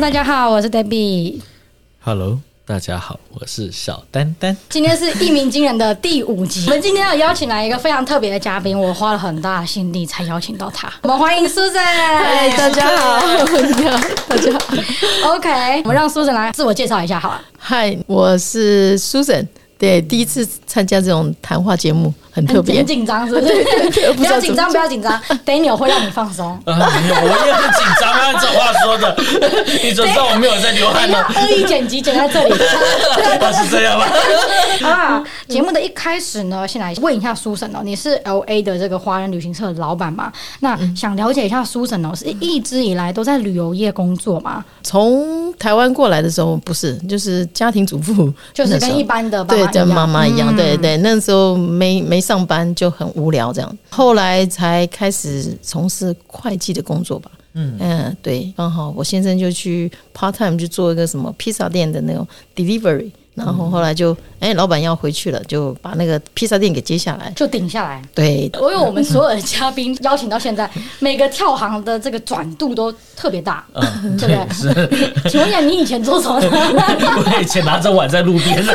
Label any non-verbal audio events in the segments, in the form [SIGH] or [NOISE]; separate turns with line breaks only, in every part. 大家好，我是 Debbie，
Hello，大家好，我是小丹丹。
今天是一鸣惊人的第五集。
[LAUGHS]
我们今天要邀请来一个非常特别的嘉宾，我花了很大的心力才邀请到他。我们欢迎 Susan，
嗨，大家好，你好，
[LAUGHS]
大家好，
OK，我们让 Susan 来自我介绍一下好了。
嗨，我是 Susan，对，第一次参加这种谈话节目，很特
嗯很
别
很，紧张
[LAUGHS]
是不是？不
不知
要
道
紧
怎么
张，不要紧张，Daniel 会让你放松。
啊，没有，我也很紧张啊，这话说 [LAUGHS] 的，你怎么知道我没有在流汗
不
呢
要？恶意剪辑剪在这里。
啊，是这样吗？
啊，节目的一开始呢，先来问一下苏神哦，你是 L A 的这个华人旅行社的老板嘛？那想了解一下苏神哦，是一直以来都在旅游业工作嘛？
从台湾过来的时候，不是，就是家庭主妇，
[LAUGHS] 就是
那时
跟
候
一般的爸
对
妈
跟
一
妈
样。嗯
妈一样，对对，那时候没没上班就很无聊这样，后来才开始从事会计的工作吧。嗯对，刚好我先生就去 part time 去做一个什么披萨店的那种 delivery，然后后来就
嗯
哎、老板要回去了，就把那个披萨店给接下来。
就顶下来，
对，
因为我们所有的嘉宾 [LAUGHS] 邀请到现在，每个跳行的这个转度都特别大，
嗯，
对不
是，
对？请问一下，你以前做什么
[LAUGHS]
的
我以前拿着碗在路边的，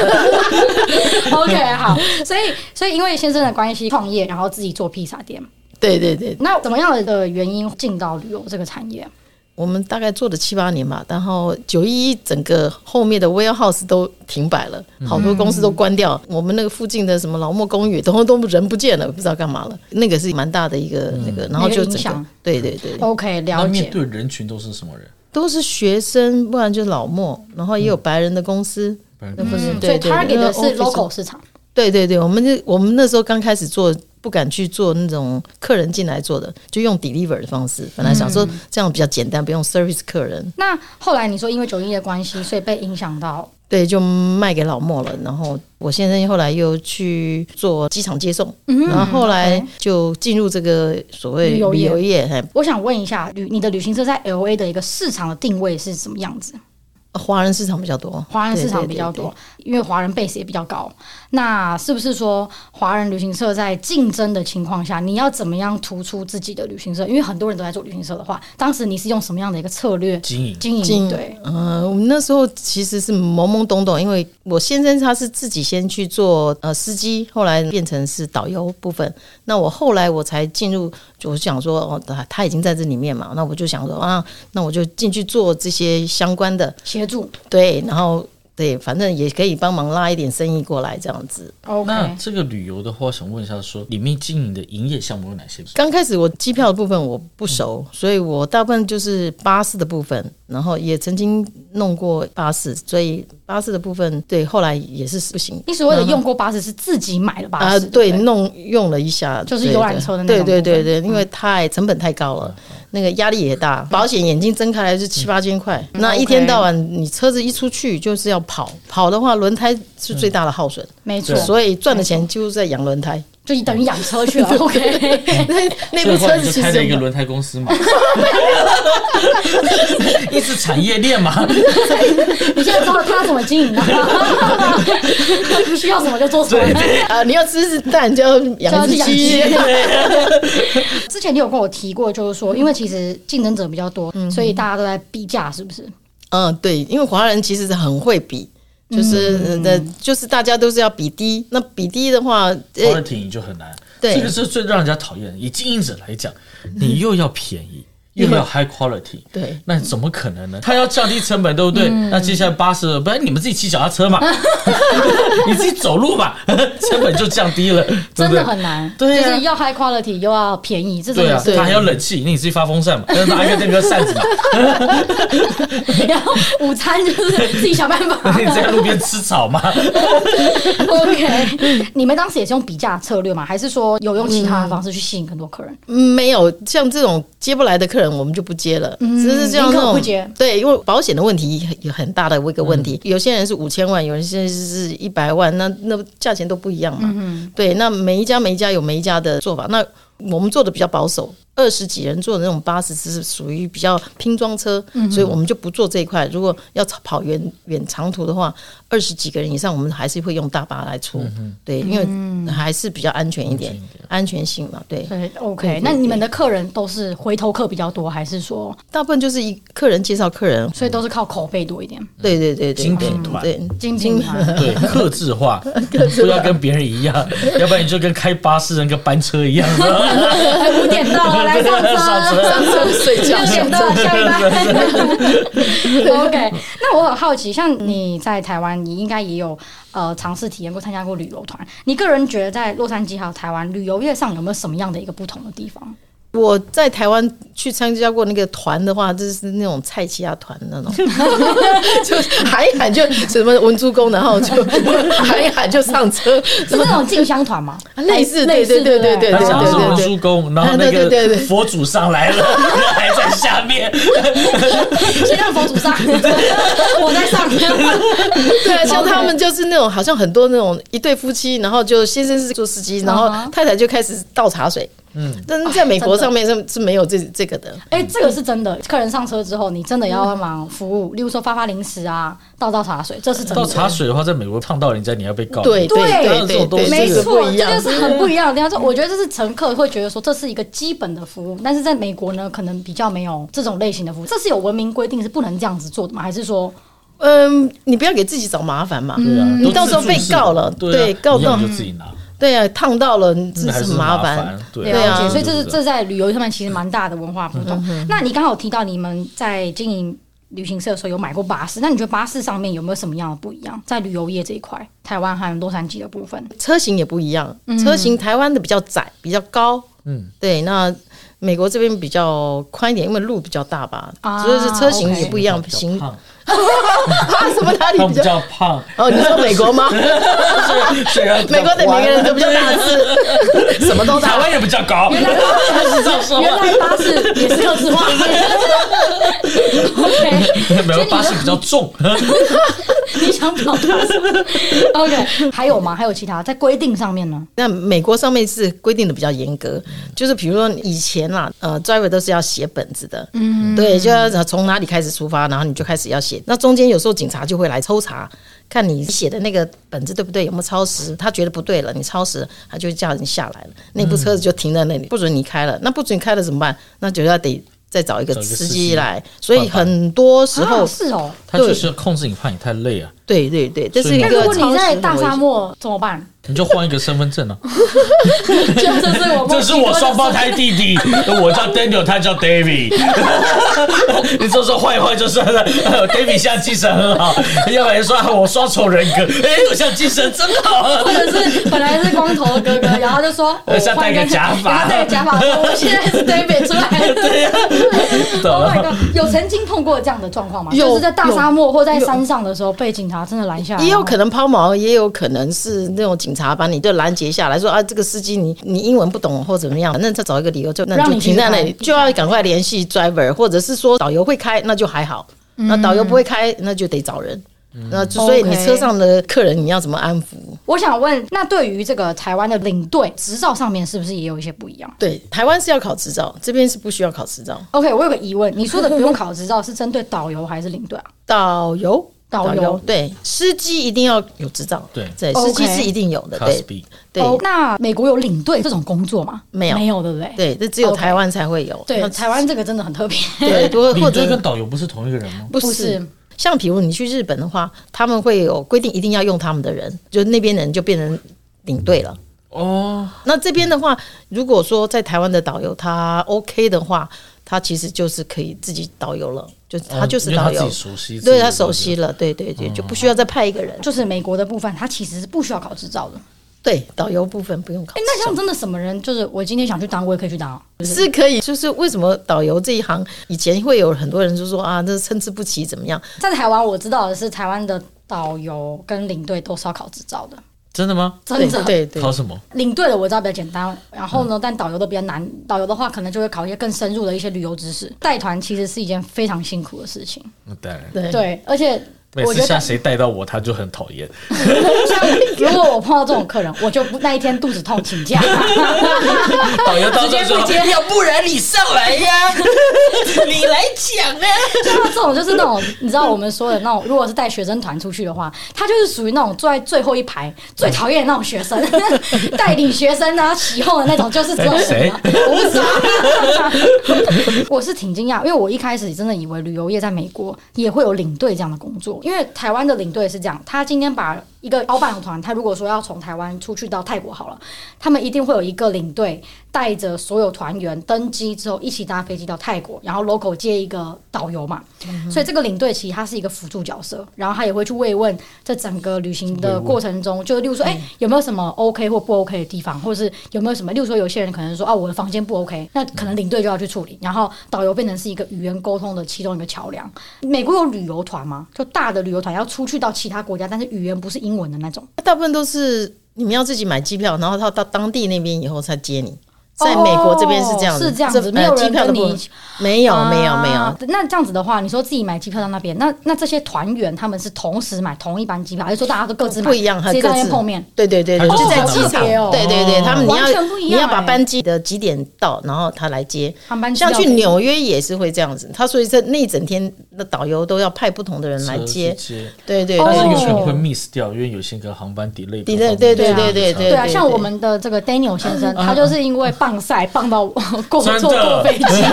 ？OK，好，所以所以因为先生的关系创业，然后自己做披萨店，
对对对，
那怎么样的原因进到旅游这个产业？
我们大概做了七八年吧，然后九一一整个后面的 warehouse 都停摆了，好多公司都关掉，我们那个附近的什么老莫公寓，都都人不见了，不知道干嘛了。那个是蛮大的一个那个，然后就
那个影
整
响
个，对对对，
OK，了
那面
解。
对人群都是什么人？
都是学生，不然就是老莫，然后也有白人的公司，那不是
嗯所以
对对
target 的
那
是
office
local 市场，
对对对，我们就我们那时候刚开始做，不敢去做那种客人进来做的，就用 deliver 的方式。本来想说这样比较简单，不用 service 客人，
那后来你说因为九一的关系，所以被影响到，
对，就卖给老莫了。然后我先生后来又去做机场接送，
嗯
然后后来
OK
就进入这个所谓
旅游
旅
业
游业，哎嘿，
我想问一下，旅你的旅行社在 L A 的一个市场的定位是什么样子？
华人市场比较多，
华人市场
对
比较多，，因为华人 base 也比较高。那是不是说华人旅行社在竞争的情况下，你要怎么样突出自己的旅行社？因为很多人都在做旅行社的话，当时你是用什么样的一个策略
经营
经
经
营？
营
对，
嗯、呃我们那时候其实是懵懵懂懂，因为我先生他是自己先去做呃司机，后来变成是导游部分。那我后来我才进入，我想说哦，他他已经在这里面嘛，那我就想说啊，那我就进去做这些相关的，
协助。
对，然后对，反正也可以帮忙拉一点生意过来这样子。
那
OK，
这个旅游的话，想问一下说里面经营的营业项目有哪些？
刚开始我机票的部分我不熟，所以我大部分就是巴士的部分，然后也曾经弄过巴士，所以巴士的部分对后来也是不行。呃
你所谓的用过巴士是自己买的巴士？
对，
不
弄用了一下，
就是
对
游览车的那
对
种嗯
对
部分
对对，因为太成本太高了，那个压力也大，保险眼睛睁开来就七八千块，那一天
嗯 OK
到晚你车子一出去就是要跑，跑的话轮胎是最大的耗损，
没错，
所以赚的钱就是在养轮胎。
就等于养车去 [LAUGHS] 了。OK，
那那
所以
部
后
车
来
子
你就
其
开了
实
一个轮胎公司
[LAUGHS]
嘛， [LAUGHS] 一直产业链嘛，
你现在知道他怎么经 [LAUGHS] 营了，需要什么就做什
对
么。
对
啊，你要吃是蛋就要养
就
一
要
只
去
鸡
养，
[LAUGHS]
鸡
对。
[LAUGHS] 之前你有跟我提过，就是说，因为其实竞争者比较多，所以大家都在逼价，是不是？
嗯，对，因为华人其实是很会比，就是呃，就是大家都是要比低。那比低的话，
华
呃，
人挺赢就很难。
对
这个是最让人家讨厌的。以经营者来讲，你又要便宜，又要 high quality，
对，
那怎么可能呢？他要降低成本，对不对？那接下来八十，不然你们自己骑脚踏车嘛，你自己走路嘛， [LAUGHS] 成本就降低了，对
真
不对
的？很难，
对啊
就是要 high quality 又要便宜，这种
对
也
啊，
是。
他还有冷气，那你自己发风扇嘛，但是拿一个那个扇子嘛， [LAUGHS]
然后 [LAUGHS] 午餐就是自己想办法。 [LAUGHS]
那你在路边吃草嘛，
OK，你们当时也是用比价策略吗？还是说有用其他的方式去吸引更多客人？
嗯没有像这种接不来的客人，我们就不接了，只是这样
嗯宁
那
可
种
不接嗯
对，因为保险的问题有很大的一个问题，有些人是五千万，有些人是一百万，那那价钱都不一样
嗯
嘛。对，那每一家每一家有每一家的做法，那我们做的比较保守。二十几人坐的那种巴士是属于比较拼装车，
嗯
所以我们就不做这一块。如果要跑远远长途的话，二嗯
嗯
十几个人以上，我们还是会用大巴来出。对，因为还是比较安全一点。安全性嘛，对，
对，OK。那你们的客人都是回头客比较多，还是说，
大部分就是一客人介绍客人，
所以都是靠口碑多一点？
对对对对，
精品团
对
精品团
对，克制化，不要跟别人一样，要不然你就跟开巴士人跟班车一样，是吧
五点到了，来上车，
上车
上车睡觉
六点到了，下一班。OK，那我很好奇，像你在台湾，你应该也有呃尝试体验过、参加过旅游团。你个人觉得在洛杉矶还有台湾旅游业上有没有什么样的一个不同的地方？
我在台湾去参加过那个团的话，就是那种菜奇亚团那种，就喊一喊就什么文珠宫，然后就喊一喊就上车，
是那种进香团吗？
类似
类
对
似
对对对对
他
对
讲的是文
对
殊
对。
公，然后那
对对对
个
对
佛祖上来了，
[LAUGHS]
人还在下面，
先让佛祖上，我在上。
对啊，像
OK
他们就是那种好像很多那种一对夫妻，然后就先生是做司机，然后
嗯哼
太太就开始倒茶水。嗯，但是在美国上面是是没有这这个的。
嗯
哎、这个是真的。客人上车之后，你真的要帮忙服务，例如说发发零食啊，倒倒茶水，这是真
倒
的。
茶水的话，在美国烫到人家，你要被告。
对
对
对
这种
对
东西
对，
没
哎这个
错，
不一
这
样
就。是很不一样的地方。就我觉得这是乘客会觉得说这是一个基本的服务，但是在美国呢，可能比较没有这种类型的服务。这是有文明规定是不能这样子做的吗？还是说
嗯，你不要给自己找麻烦嘛。
对啊，
嗯你
都
到时候
自助
被
式
告了
对啊
对告
你要
到
么就自己拿，
对啊，烫到了这
那还
是
是
很
麻
麻烦。，
对嗯
了
啊
解？所以这是
对
这在旅游上面其实蛮大的文化不同。
嗯
那你刚好有提到你们在经营旅行社的时候有买过巴士，那你觉得巴士上面有没有什么样的不一样？在旅游业这一块，台湾和洛杉矶的部分，
车型也不一样，
嗯
车型台湾的比较窄，比较高，
嗯
嗯，对，那。美国这边比较宽一点，因为路比较大吧，
啊
所以是车型
OK
也不一样，
比较
[LAUGHS] 行
胖，
啊 [LAUGHS] 什么哪里
他比
比较？
较
[LAUGHS]
胖，
哦，你说美国吗？ [LAUGHS]
虽然
美国的每个人都比较大只，什么都
台
大。
湾也比较
[LAUGHS]
高，原来是这样说
原来巴士也是个字化。OK， [LAUGHS]
美国巴士比较
[LAUGHS]
重，
你想表达什么？OK，还有吗？还有其他在规定上面呢？
那美国上面是规定的比较严格，就是比如说以前啦，呃，driver 都是要写本子的，嗯，对，就要从哪里开始出发，然后你就开始要写。那中间有时候警察就会来抽查，看你写的那个本子对不对，有没有超时。他觉得不对了，你超时了，他就叫你下来了，那部车子就停在那里，不准你开了。那不准开了怎么办？那就要得再找一个
找一个司
司
机
机来。所以
换班
很多时候
啊、，是哦。
他就是要控制你，怕你太累啊，
对对对，这
所
是
以
一
那如
个
果
超
你
时
在
很
大
危
沙
险
漠怎么 [LAUGHS] 办？
你就换一个身份证啊。
这是我，
这是我双胞。胎弟
[LAUGHS]
弟，我叫 Daniel，他叫 David。你说说坏话就算了呃，David
[LAUGHS]
现在精神很好，要不然就说啊我双重人格，哎，我现在精神真好。
或者是本来是光头的哥哥，然后就说
[LAUGHS] 呃
我
像戴个
换
假发
然后戴个假发，说我现在是 David 出来的。
[LAUGHS] 对
[LAUGHS]
呀，懂
Oh my
了。
god！有曾经碰过这样的状况吗？
有
就是在大沙漠或在山上的时候被警察真的拦下来，
也有可能抛锚，也有可能是那种警察把你就拦截下来说啊，这个司机你你英文不懂或怎么样，那再找一个理由就那
让
就
你
停在那里
停，
就要赶快联系 driver，或者是说导游会开，那就还好；那导游不会开，那就得找人。那就所以你
OK
车上的客人你要怎么安抚？
我想问，那对于这个台湾的领队执照上面是不是也有一些不一样
对，台湾是要考执照，这边是不需要考执照。
？OK，我有个疑问，你说的不用考执照是针对导游还是领队啊？
[LAUGHS] 导游，
导游
对，司机一定要有执照，
对
对，
OK
司机是一定有的，对
Cosby，
对
哦那美国有领队这种工作吗？
没有
没有，对不对？
对，这只有
OK
台湾才会有。
对，
那
台湾这个真的很特别。
对，多或
领队
者
跟导游不是同一个人吗？
[LAUGHS] 不
不
是
是。
像比如你去日本的话，他们会有规定，一定要用他们的人，就那边的人就变成领队了。
哦，
那这边的话，如果说在台湾的导游他 OK 的话，他其实就是可以自己导游了，就他就是
哦因为他
导
自
游，
己熟悉，
对
自
他
己
熟悉了，对对对，就不需要再派一个人。
就是美国的部分，它其实是不需要考执照的。哎、
对，导游部分不用考。
那像真的什么人，就是我今天想去当，我也可以去当。啊
是可以，就是为什么导游这一行以前会有很多人就说啊，这参差不齐怎么样？
在台湾，我知道的是，台湾的导游跟领队都是要考执照的，
真的吗？
真的。
对对
考
对
什么？
领队的我知道比较简单，然后呢，但导游的比较难。导游的话，可能就会考一些更深入的一些旅游知识。带团其实是一件非常辛苦的事情，
那当然，
对
对，而且
每
我
次
觉
像
得
谁带到我，他就很讨厌。
像如果我碰到这种客人，我就不那一天肚子痛请假。
导游到
直接
这说，
不接，要不然你上来
[LAUGHS]
呀，你来讲啊。
像这种 [LAUGHS] 就是那种你知道我们说的那种，如果是带学生团出去的话，他就是属于那种坐在最后一排最讨厌的那种学生， [LAUGHS] 带领学生啊起哄的那种，就是这种人啊。我不知道， [LAUGHS] 我是挺惊讶，因为我一开始真的以为旅游业在美国也会有领队这样的工作，因为台湾的领队是这样，他今天把。一个老板团，他如果说要从台湾出去到泰国好了，他们一定会有一个领队带着所有团员登机之后一起搭飞机到泰国，然后 local 接一个导游嘛，
嗯
所以这个领队其实他是一个辅助角色，然后他也会去慰问这整个旅行的过程中，就例
嗯
如说，哎、有没有什么 OK 或不 OK 的地方，或者是有没有什么，例如说有些人可能说啊，我的房间不 OK，那可能领队就要去处理，然后导游变成是一个语言沟通的其中一个桥梁。美国有旅游团吗？就大的旅游团要出去到其他国家，但是语言不是英文的那种。
大部分都是你们要自己买机票，然后他到当地那边以后才接你。在美国这边是这样子，
哦哦是这样子，
呃
没有
机
人
票的
跟
部
你
分没有没有没有
啊。那这样子的话，你说自己买机票到那边，那那这些团员他们是同时买同一班机票，还是说大家都各自买？
不一样，还
直接
各
在那
自
边碰面。
对对对，
还是
就在
哦
机场
好特别哦，
对对对，他们你
完全不
要
一样
你要把
欸
班机的几点到，然后他来接。
航班
像去
扭，
纽约也是会这样子，他所以这那一整天的导游都要派不同的人来接，对对
但是有
对
哦
些人会 miss 掉，因为有些跟航班 delay 各
delay，
方面
对对
的
对对
差
对啊，
对嗯
像我们的这个 Daniel 先生，他就是因为棒赛棒到过
真
错过
的
飞机，，
[LAUGHS]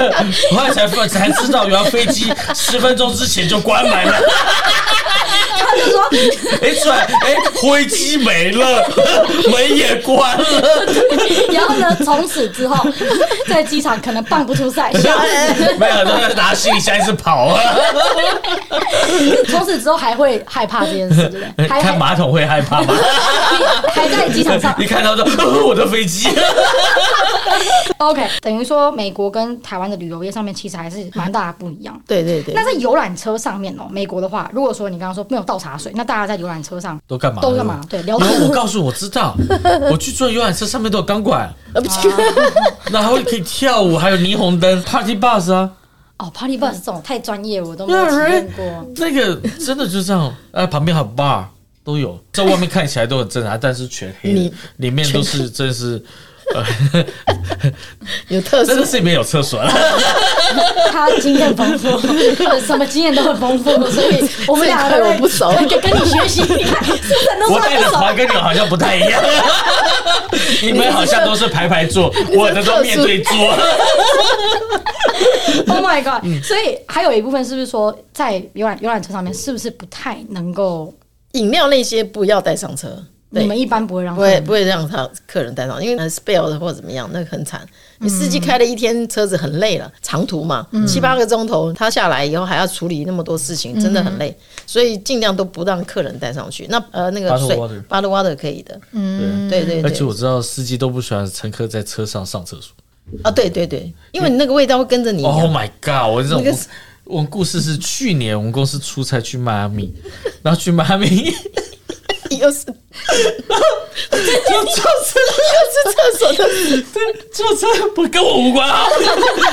我后来才发才知道，原来飞机十分钟之前就关门了。
他就说
哎，出来，哎，飞机没了， [LAUGHS] 门也关了，
[LAUGHS] 然后呢，从此之后 [LAUGHS] 在机场可能办不出赛，
[LAUGHS]
笑死
没有，都要拿行李箱一直跑啊。
从此之后还会害怕这件事，对不
[LAUGHS]
对？还
看
还
马桶会害怕吗？
[LAUGHS] 还在机场上
一看到说，呃 [LAUGHS] 我的飞机。
，OK，等于说美国跟台湾的旅游业上面其实还是蛮大的不一样。
对对对
那。在游览车上面哦，美国的话，如果说你刚刚说没有倒茶水，那大家在游览车上
[LAUGHS] 都干嘛？
都干
哦
嘛？对，聊
然
[LAUGHS]
后
天
我告诉我知道，我去坐游览车上面都有钢管，
呃不是
[LAUGHS]
然后可以跳舞，还有霓虹灯，party bus 啊，
哦，party bus 这种太专业，我都没
啊
有体验过。
那个真的就这样。哎，旁边还有 bar 都有，在外面看起来都很正常，但是全黑的
你，
里面都是真是，呃，
有特
真
色
的，是里面有厕所了。
他经验丰富，什么经验都很丰富，所以我们俩
[LAUGHS] 这一
都
块我不熟
跟跟你学习， [LAUGHS] 你看，是不是都
我
说
带的
不熟？
团跟你们好像不太一样，你们好像都是排排坐，我的都面对桌。
Oh my god！、所
嗯
以还有一部分是不是说，在游览游览车上面是不是不太能够？
饮料那些不要带上车，
你
对
们，一般不会让
不会不会让他客人带上，因为呃 spill 的或怎么样，那个很惨。你司
嗯
机开了一天车子很累了，长途嘛，七八个钟头，他下来以后还要处理那么多事情，真的
嗯
很累，所以尽量都不让客人带上去。那呃，那个
Bottled
水
water
巴的 water 可以的，
嗯
对
对对
而且
对，
我知道司机都不喜欢乘客在车上上厕所。
啊对对对，因为你那个味道会跟着你一
Oh
样。
my god！我这种
那个是
我故事是去年我们公司出差去迈阿密，然后去迈阿密
[LAUGHS]
[LAUGHS]
又是
就坐车
又是厕所的，
坐车不跟我无关啊，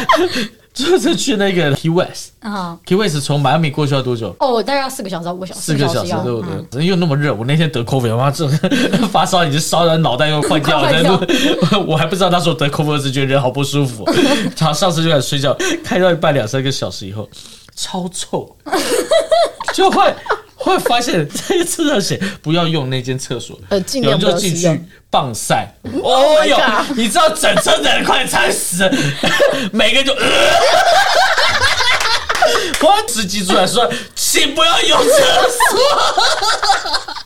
[LAUGHS] 坐车去那个 Key West。
啊。
Key West 从迈阿密过去要多久？
哦，大概要四个小时到五个小时，
四个小时
要
对不对？又那么热，我那天得 COVID，我妈啊这发烧已经烧到脑袋又坏掉了，
快坏
但
掉
是 [LAUGHS] 我还不知道那时候得 COVID 是觉得人好不舒服，然后上次就想睡觉，开到一半两三个小时以后，超臭，就会会发现这个厕所写不要用那间厕所，
呃尽
有
量
人就
不要
进
使用
去棒晒，哦
Oh my
哟
God，
你知道整车的人快惨死了， [LAUGHS] 每个就。呃 [LAUGHS] 我司机出来说：“请不要用厕所。”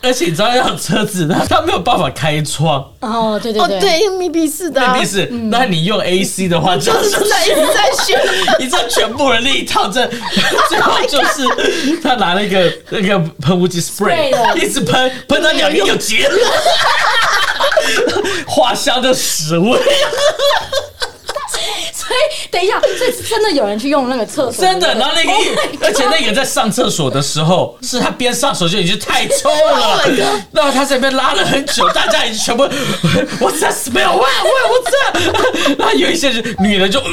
[LAUGHS] 而且你知道，要有车子呢，它没有办法开窗，
哦，对对
哦
对，
对，密闭式的啊，嗯
那意思，那你用 AC 的话，就
就是
是
在一直在选。
[LAUGHS]
[LAUGHS] 你知道全部人那一套，这最后就是他拿了一个那个喷雾剂
Spray 了
spray，一直喷，喷到两个有
[LAUGHS]
结了，花香的屎味。
[LAUGHS] 所等一下，这真的有人去用那个厕所？
[LAUGHS] 真的，然后那个
Oh my
一， [LAUGHS] 而且那个在上厕所的时候，是他边上手就已经太臭了
Oh my god，
然后他在那边拉了很久，大家已经全部我在 smell 哇哇我在，然后有一些人女的就，呃、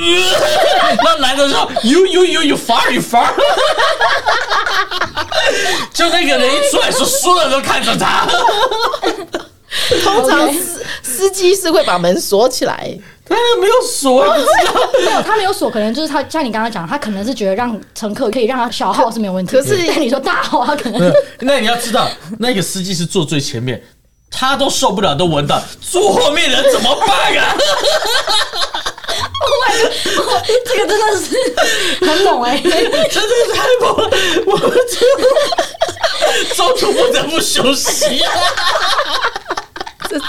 然后男的说 you you you you far you far，就那个人一出来说，所有人都看着他，
通常
OK
司司机是会把门锁起来，
他又没有锁，也不知道。
没有，他没有锁，可能就是他像你刚刚讲，他可能是觉得让乘客可以让他小号是没有问题，
可是
但你说大号，他可
[LAUGHS]
能
那你要知道，那个司机是坐最前面，他都受不了，都闻到，坐后面的人怎么办啊？
这个真的是很猛
[LAUGHS]
哎、
真的太猛了，我们就中途不得不休息啊！
Oh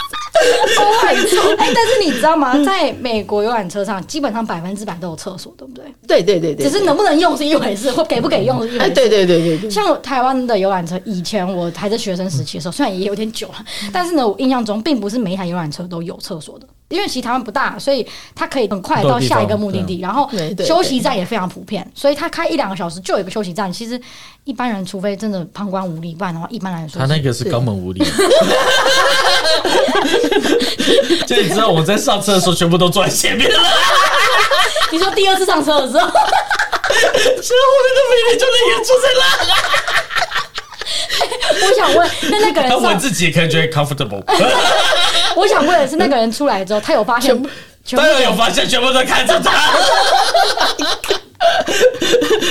my god！哎，但 [LAUGHS] 是你知道吗？在美国游览车上，基本上百分之百都有厕所，对不对？
对对对对，
只是能不能用是一回事，或给不给用是一回
哎，
事。
对对对对对，
像台湾的游览车，以前我还在学生时期的时候，虽然也有点久了，但是呢，我印象中并不是每一台游览车都有厕所的，因为其实台湾不大，所以它可以很快到下一个目的地，然后
对对对
休息站也非常普遍，所以它开一两个小时就有一个休息站。其实一般人除非真的膀胱无力，不然的话，一般来说
他那个是肛门无力。就你知道我在上车的时候，全部都坐在前面了，
你说第二次上车的时候，
所以后面的美女就在演出在拉，
我想问，那那个人
[LAUGHS] 他
上
闻自己也可能觉得 comfortable，
我想问的是，那个人出来之后，他有发现，全
当然有
部
发现全部都看着他，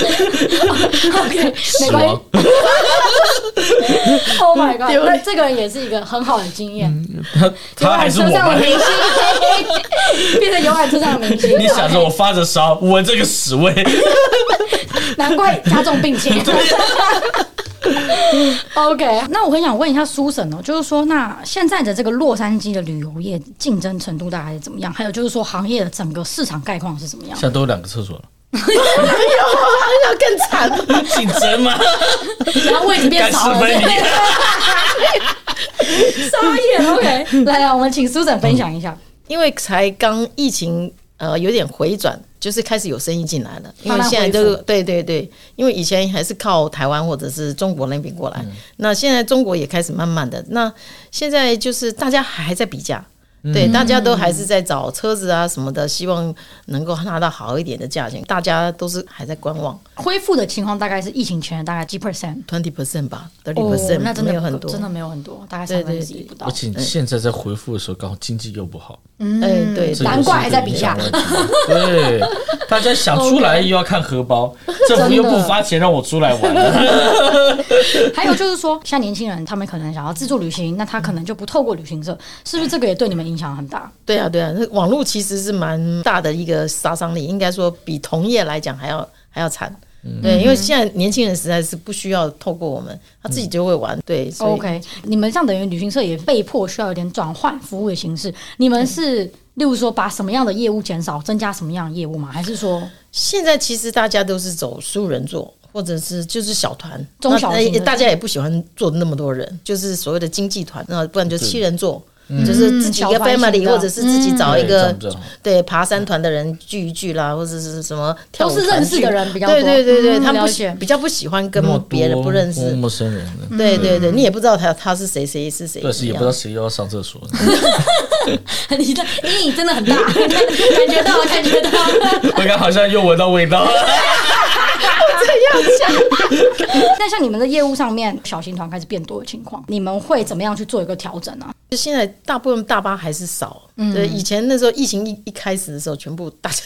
OK，没
死
关
亡
系。。Oh my god！
丢
那
脸
这个人也是一个很好的经验，
嗯
游
他他还
览
是
车
我
上的
们
明。
[LAUGHS]
星，变成游览车上的明星。
你想着我发着烧，闻这个屎味，
难怪加重病
[LAUGHS]
情。OK，那我很想问一下苏神哦，就是说，那现在的这个洛杉矶的旅游业竞争程度大概是怎么样？还有就是说，行业的整个市场概况是怎么样
现？在都有两个厕所 [LAUGHS] 了，
哎呦，要更惨了，
竞争吗？
然后位置变
干
少了，
事分离。 [LAUGHS]
傻眼。OK，来啊来，我们请苏神分享一
嗯
下。
[LAUGHS] 因为才刚疫情呃有点回转，就是开始有生意进来了，因为现在
慢慢恢
就对对对，因为以前还是靠台湾或者是中国那边过来，那现在中国也开始慢慢的，那现在就是大家还在比价。对，大家都还是在找车子啊什么的，希望能够拿到好一点的价钱。大家都是还在观望
恢复的情况大概是疫情前的大概几 percent？哦
，twenty percent 吧，thirty percent，、
那真的
没有
不
很多。
真的没有很多，大概
对
三
对
分之一不到
而。且现在在回复的时候，刚好经济又不好，
嗯
哎、对，
这
对
难怪还在比价
就是一个影响问题。对，大家想出来
OK
又要看荷包，政府又不发钱让我出来玩了，
还有就是说，像年轻人他们可能想要自助旅行，那他可能就不透过旅行社，是不是这个也对你们影响很大？
对啊，对啊，那网络其实是蛮大的一个杀伤力，应该说比同业来讲还要还要惨。对，因为现在年轻人实在是不需要透过我们，他自己就会玩。对所以
OK，你们这样等于旅行社也被迫需要有点转换服务的形式。你们是
嗯
例如说把什么样的业务减少，增加什么样的业务吗？还是说
现在其实大家都是走素人座，或者是就是小团，
中小型的
那大家也不喜欢做那么多人，就是所谓的经济团，那不然就七人座。就是自己一个
嗯小团型
family，
的
或者是自己找一
嗯对这
个
样比较好
对爬山团的人聚一聚啦，或者是什么跳舞
都是
团
认识
聚
的人比较多
对对对对，
嗯
他们
了
不
解
喜比较不喜欢跟
那 [LAUGHS] 么
别人不认识
多，陌生人的，
对对
嗯
对，你也不知道他他是谁，谁是谁，
但是也不知道谁又要上厕所。
[LAUGHS]
你的阴影真的很大，感觉 [LAUGHS] 到了，感觉到了。
我刚好像又闻到味道了。
那像你们的业务上面，小型团开始变多的情况，你们会怎么样去做一个调整呢、啊？
就现在大部分大巴还是少，
嗯
对，以前那时候疫情一一开始的时候，全部大家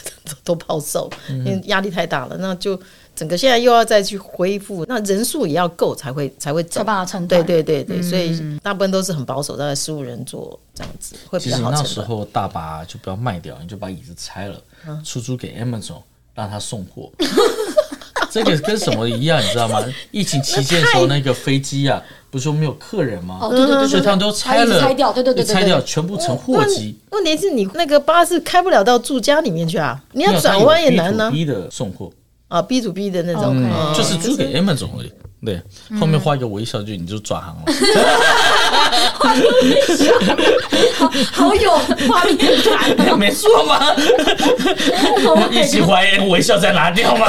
都都暴瘦，
嗯
因为压力太大了，那就整个现在又要再去恢复，那人数也要够才会才会
才
走。
办法成团
对对对对，
嗯
所以大部分都是很保守，大概十五人坐这样子会比
其
较
实
好
那时
成本。
候大巴就不要卖掉，你就把椅子拆了，出租给 Amazon 让他送货。这个跟什么一样，你知道吗？疫情期间的时候，那个飞机啊，不是说没有客人吗？
哦对对对对对
所以他们都拆了，
把椅子拆掉对对对对哦
一拆掉全部成货机。
问题是你那个巴士开不了到住家里面去啊，你要转弯也难呢、
B 的送货
啊。B to B 的那种，
OK
嗯
就是租给 M 总而已。对，后面画一个微笑，就你就转行了。
好
[LAUGHS] 好有画面感
[LAUGHS]
哦，
[LAUGHS] 没错
[LAUGHS]
吗？
好美
一起怀言微笑再拿掉
[LAUGHS]
吗？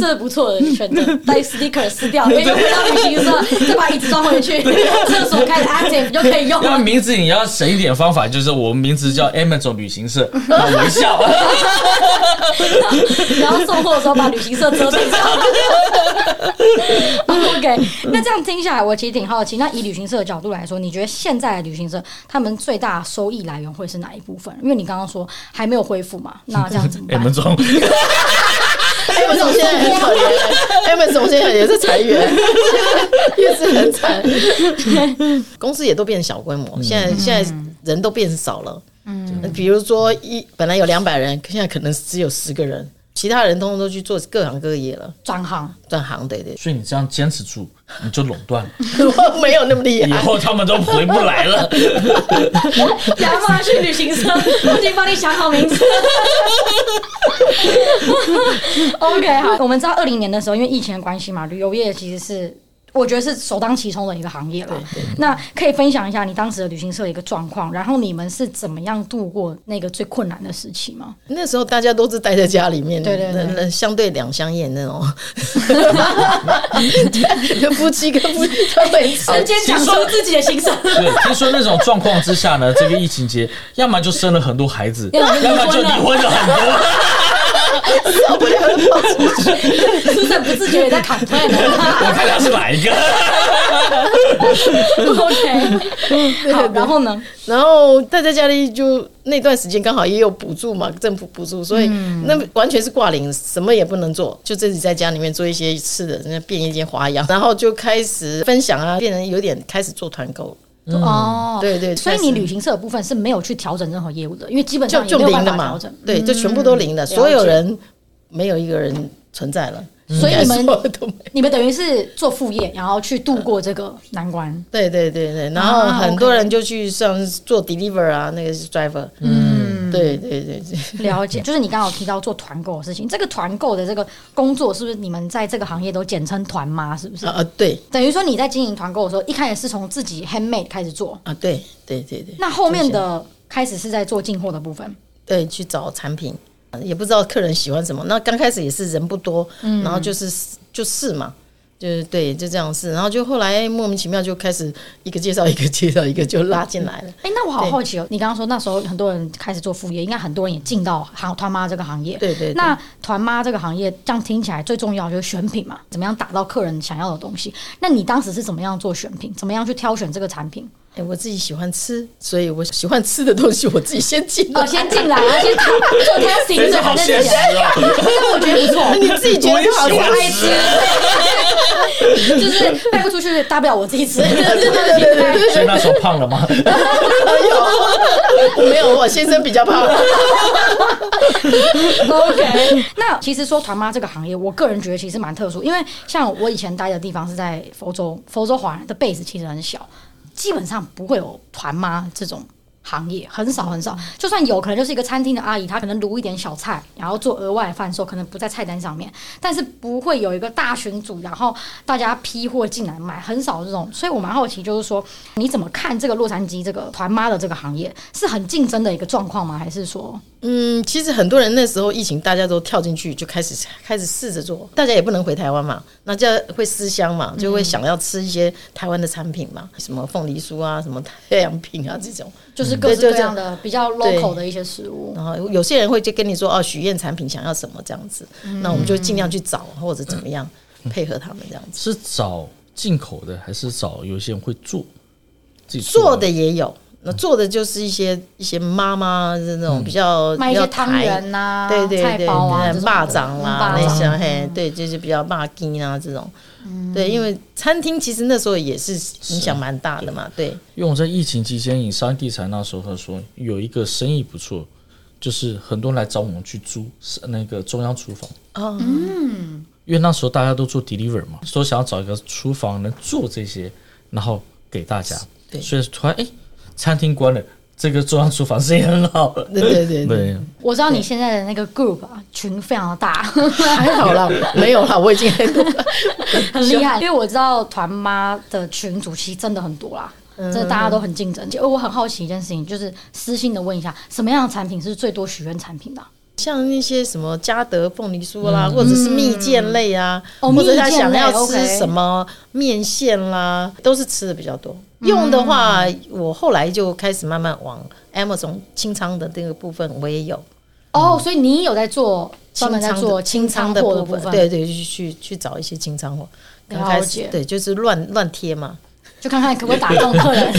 这不错的选择，带 sticker 撕
[LAUGHS]
掉，因为回到旅行社再把椅子装回去，厕所开始 active 就可以用
那
了。
名字你要省一点方法，就是我们名字叫 Amazon 旅行社，那微
[LAUGHS]
笑，
[LAUGHS]
然后送货的时候把旅行社遮蔽掉。OK，
那这样听下来，我其实挺好奇。那以旅行社的角度来说，你觉得现在的旅行社他们最大收益来源会是哪一部分？因为你刚刚说还没有恢复嘛，那这样怎么办？
Amazon。
艾
[LAUGHS]
文总现在很可怜，艾文总现在也是裁员，也是很惨。公司也都变小规模，现在现在
嗯
人都变少了。嗯，比如说一本来有两百人，现在可能只有十个人，其他人通通都去做各行各业了，
转行
转行。对对，
所以你这样坚持住，你就垄
[LAUGHS]
断了，
我 [LAUGHS] 没有那么厉
以
害。
后他们都回不来
[LAUGHS]
了。
[LAUGHS] 亚妈去旅行社，我已经帮你想好名字。 [LAUGHS]
OK，好，我们知道二零年的时候，因为疫情的关系嘛，旅游业其实是。我觉得是首当其冲的一个行业了。那可以分享一下你当时的旅行社的一个状况，然后你们是怎么样度过那个最困难的时期吗？
那时候大家都是待在家里面，
对对对
那那相对两相厌那种，
[LAUGHS]
[LAUGHS] 对夫妻跟夫妻都会吵
瞬间讲出自己的行程，
[LAUGHS]
对，听说那种状况之下呢，这个疫情节，要么就生了很多孩子，
要么就
要么就
离
离
婚
婚了很多。
[LAUGHS]
是很不自觉也在砍退 [LAUGHS] 了。
我看他是哪一个？
OK，好，然后呢？
然后待在家里就那段时间刚好也有补助嘛，政府补助，所以
嗯
那完全是挂零，什么也不能做，就自己在家里面做一些吃的，那变一些花样，然后就开始分享啊，变成有点开始做团购，
嗯
哦，
对对
所以
但是
你旅行社的部分是没有去调整任何业务的，因为基本
就
上也
就
没有
零
办
了
法调
嘛
整。，嗯
对，就全部都零了，
解
所有人没有一个人存在了，
所以你们
应该说都没有
你们等于是做副业，然后去度过这个难关。
[LAUGHS] 对对对对，然后
啊
很多人就去上做 deliver 啊，那个是 driver，嗯，对对对对。
了 [LAUGHS] 解，就是你刚好提到做团购的事情，这个团购的这个工作是不是你们在这个行业都简称团妈？是不是？
啊啊对
等于说你在经营团购的时候，一开始是从自己 handmade 开始做，
啊对对对对，
那后面
就是
的开始是在做进货的部分。
对，去找产品，也不知道客人喜欢什么。那刚开始也是人不多，然后就是
嗯
就试嘛，就是对，就这样试。然后就后来莫名其妙就开始一个介绍一个介绍一个就拉进来了。
哎、那我好好奇哦，你刚刚说那时候很多人开始做副业，应该很多人也进到行团妈这个行业。
对对对
那团妈这个行业，这样听起来最重要就是选品嘛，怎么样打到客人想要的东西？那你当时是怎么样做选品？怎么样去挑选这个产品？
哎、我自己喜欢吃，所以我喜欢吃的东西我自己先进来。
哦，先进来，而且做 testing
真是
的，反
好
正
现
这
实
样
啊
哦。
我觉得不错。
[LAUGHS] 你自己觉得不好
我
吃
也喜欢
爱吃，
就是卖不出去，大不了我自己吃。
所以那时候胖了吗？ [LAUGHS]
哎 [LAUGHS] 呦，没有，我先生比较胖。
[LAUGHS] OK，那其实说团妈这个行业，我个人觉得其实蛮特殊，因为像我以前待的地方是在佛州，佛州华人的 base 其实很小，基本上不会有团妈这种。行业很少很少，就算有可能就是一个餐厅的阿姨，她可能卤一点小菜，然后做额外的贩售，可能不在菜单上面，但是不会有一个大群组，然后大家批货进来买，很少这种。所以我蛮好奇，就是说你怎么看这个洛杉矶这个团妈的这个行业是很竞争的一个状况吗？还是说
嗯，其实很多人那时候疫情，大家都跳进去就开始开始试着做，大家也不能回台湾嘛，那就会思乡嘛，就会想要吃一些台湾的产品嘛，什么凤梨酥啊，什么太阳饼啊这种。
就是各式
对就
各
这
样
样
的比较 local 的一些食物。
然后有些人会就跟你说哦，许愿产品想要什么这样子，那我们就尽量去找或者怎么样配合他们这样子。
是找进口的，还是找有些人会做？自己
做的也有，那做的就是一些一些妈妈的那种比较、
卖
比
一
较
些汤
台
圆呐、
嗯对对
啊菜
对，
包啊、
对蚂蚱啦
那
那
些
些，嘿，对，就是比较蚂蚁啊这种。
嗯
对，因为餐厅其实那时候也是影响蛮大的嘛，对，
因为我在疫情期间，以商地产那时候他说有一个生意不错，就是很多人来找我们去租是那个中央厨房。
哦，
因为那时候大家都做 deliver 嘛，说想要找一个厨房能做这些，然后给大家。
对
所以突然哎、诶餐厅关了，这个中央厨房生意很好。
对对 [LAUGHS] 对对，
对，
我知道你现在的那个 group 啊，群非常的
[LAUGHS]
大，
还好 [LAUGHS] 啦，没有啦，我已经
很厉害。因为我知道团妈的群主其实真的很多啦，
嗯
真的大家都很竞争。而我很好奇一件事情，就是私信的问一下，什么样的产品是最多许愿产品的啊、
[LAUGHS] 像那些什么嘉德凤梨酥啦，或者是蜜饯类啊，
哦
或者他
蜜饯
想
类
要吃
OK
什么面线啦，都是吃的比较多。
嗯
用的话，我后来就开始慢慢往 Amazon 清仓的这个部分，我也有
哦，所以你有在做专门在做清仓
嗯的
货的
部
部分，，
对对，去去去找一些清仓货，刚
了
开
解
始对，就是乱乱贴嘛。
就看看可不可以打动客人。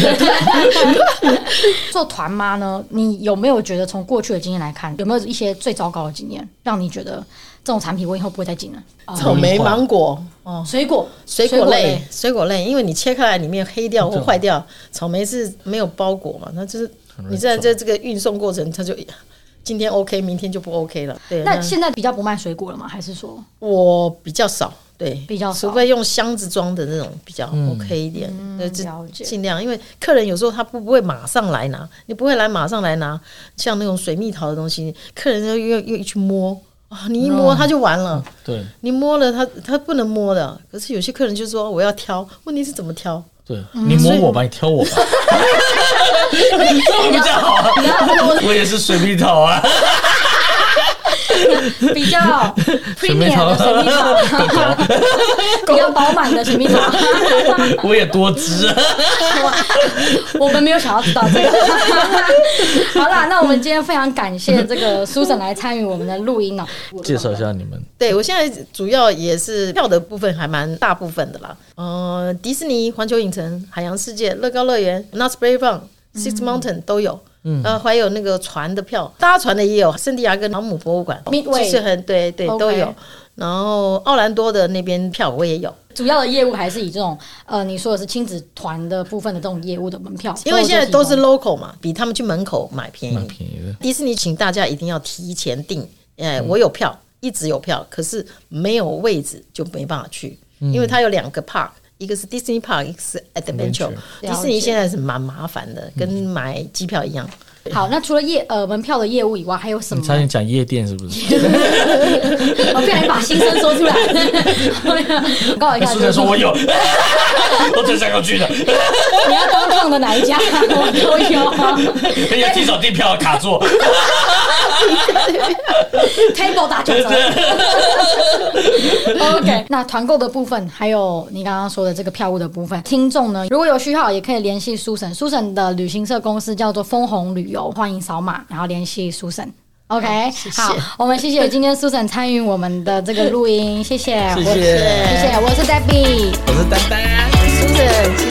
[LAUGHS] 做团妈呢，你有没有觉得从过去的经验来看，有没有一些最糟糕的经验，让你觉得这种产品我以后不会再进了？
草莓、芒果嗯哦，
哦水果，
水果类，水果类，因为你切开来里面黑掉或坏掉，草莓是没有包裹嘛，那就是你在在这个运送过程，它就今天 OK，明天就不 OK 了。对，
那
那
现在比较不卖水果了吗？还是说
我比较少，对，
比较少嗯
除非用箱子装的那种比较 OK 一点，对，尽
了解
尽量，因为客人有时候他不不会马上来拿，你不会来马上来拿，像那种水蜜桃的东西，客人就又又去摸啊，你一摸他就完了。
对
你摸了他，他不能摸的。可是有些客人就说我要挑，问题是怎么挑？
对，你摸我吧，你挑 [LAUGHS] 我吧，这比较好啊。我也是水蜜桃啊，
比较
水蜜桃
premium 的水蜜桃， [LAUGHS]
比较饱满的水蜜桃。
我也多汁啊。
我们没有想要知道这个。 [LAUGHS] 好啦，那我们今天非常感谢这个 Susan 来参与我们的录音哦。
介绍一下你们，
对我现在主要也是票的部分还蛮大部分的啦。呃，迪士尼、环球影城、海洋世界、乐高乐园、Knott's Berry Farm、Six Mountain 都有。嗯，呃，还有那个船的票，搭船的也有，圣地亚哥航母博物馆
Midway
就是很对对
OK
都有。然后奥兰多的那边票我也有，
主要的业务还是以这种呃，你说的是亲子团的部分的这种业务的门票，
因为现在
做
都
提供
是 local 嘛，比他们去门口买便宜
蛮。便宜的。
迪士尼，请大家一定要提前订。哎、我有票，一直有票，可是没有位置就没办法去，因为它有两个 park，一个是 Disney Park，一个是
Adventure。
Adventure 迪士尼现在是蛮麻烦的，跟买机票一样。
好。那除了业呃门票的业务以外，还有什么
你？差点讲夜店是不是？
我不小心把心声说出来。 [LAUGHS] 我告诉一下，
哎苏哲说我有， [LAUGHS] 我最想要去的，
你要当趟的哪一家？ [LAUGHS] 我都有。啊
人家提早订票卡座。 [LAUGHS]
table 打九折。OK，那 [LAUGHS] 团购的部分，还有你刚刚说的这个票务的部分，听众呢如果有需要，也可以联系苏神。苏神的旅行社公司叫做枫红旅游，欢迎扫码，然后联系苏神。OK，好，我们谢谢今天苏神参与我们的 [LAUGHS] 这个录音，谢谢，我
谢谢
谢谢，我是 Debbie。
我是丹丹。
是不是？谢谢。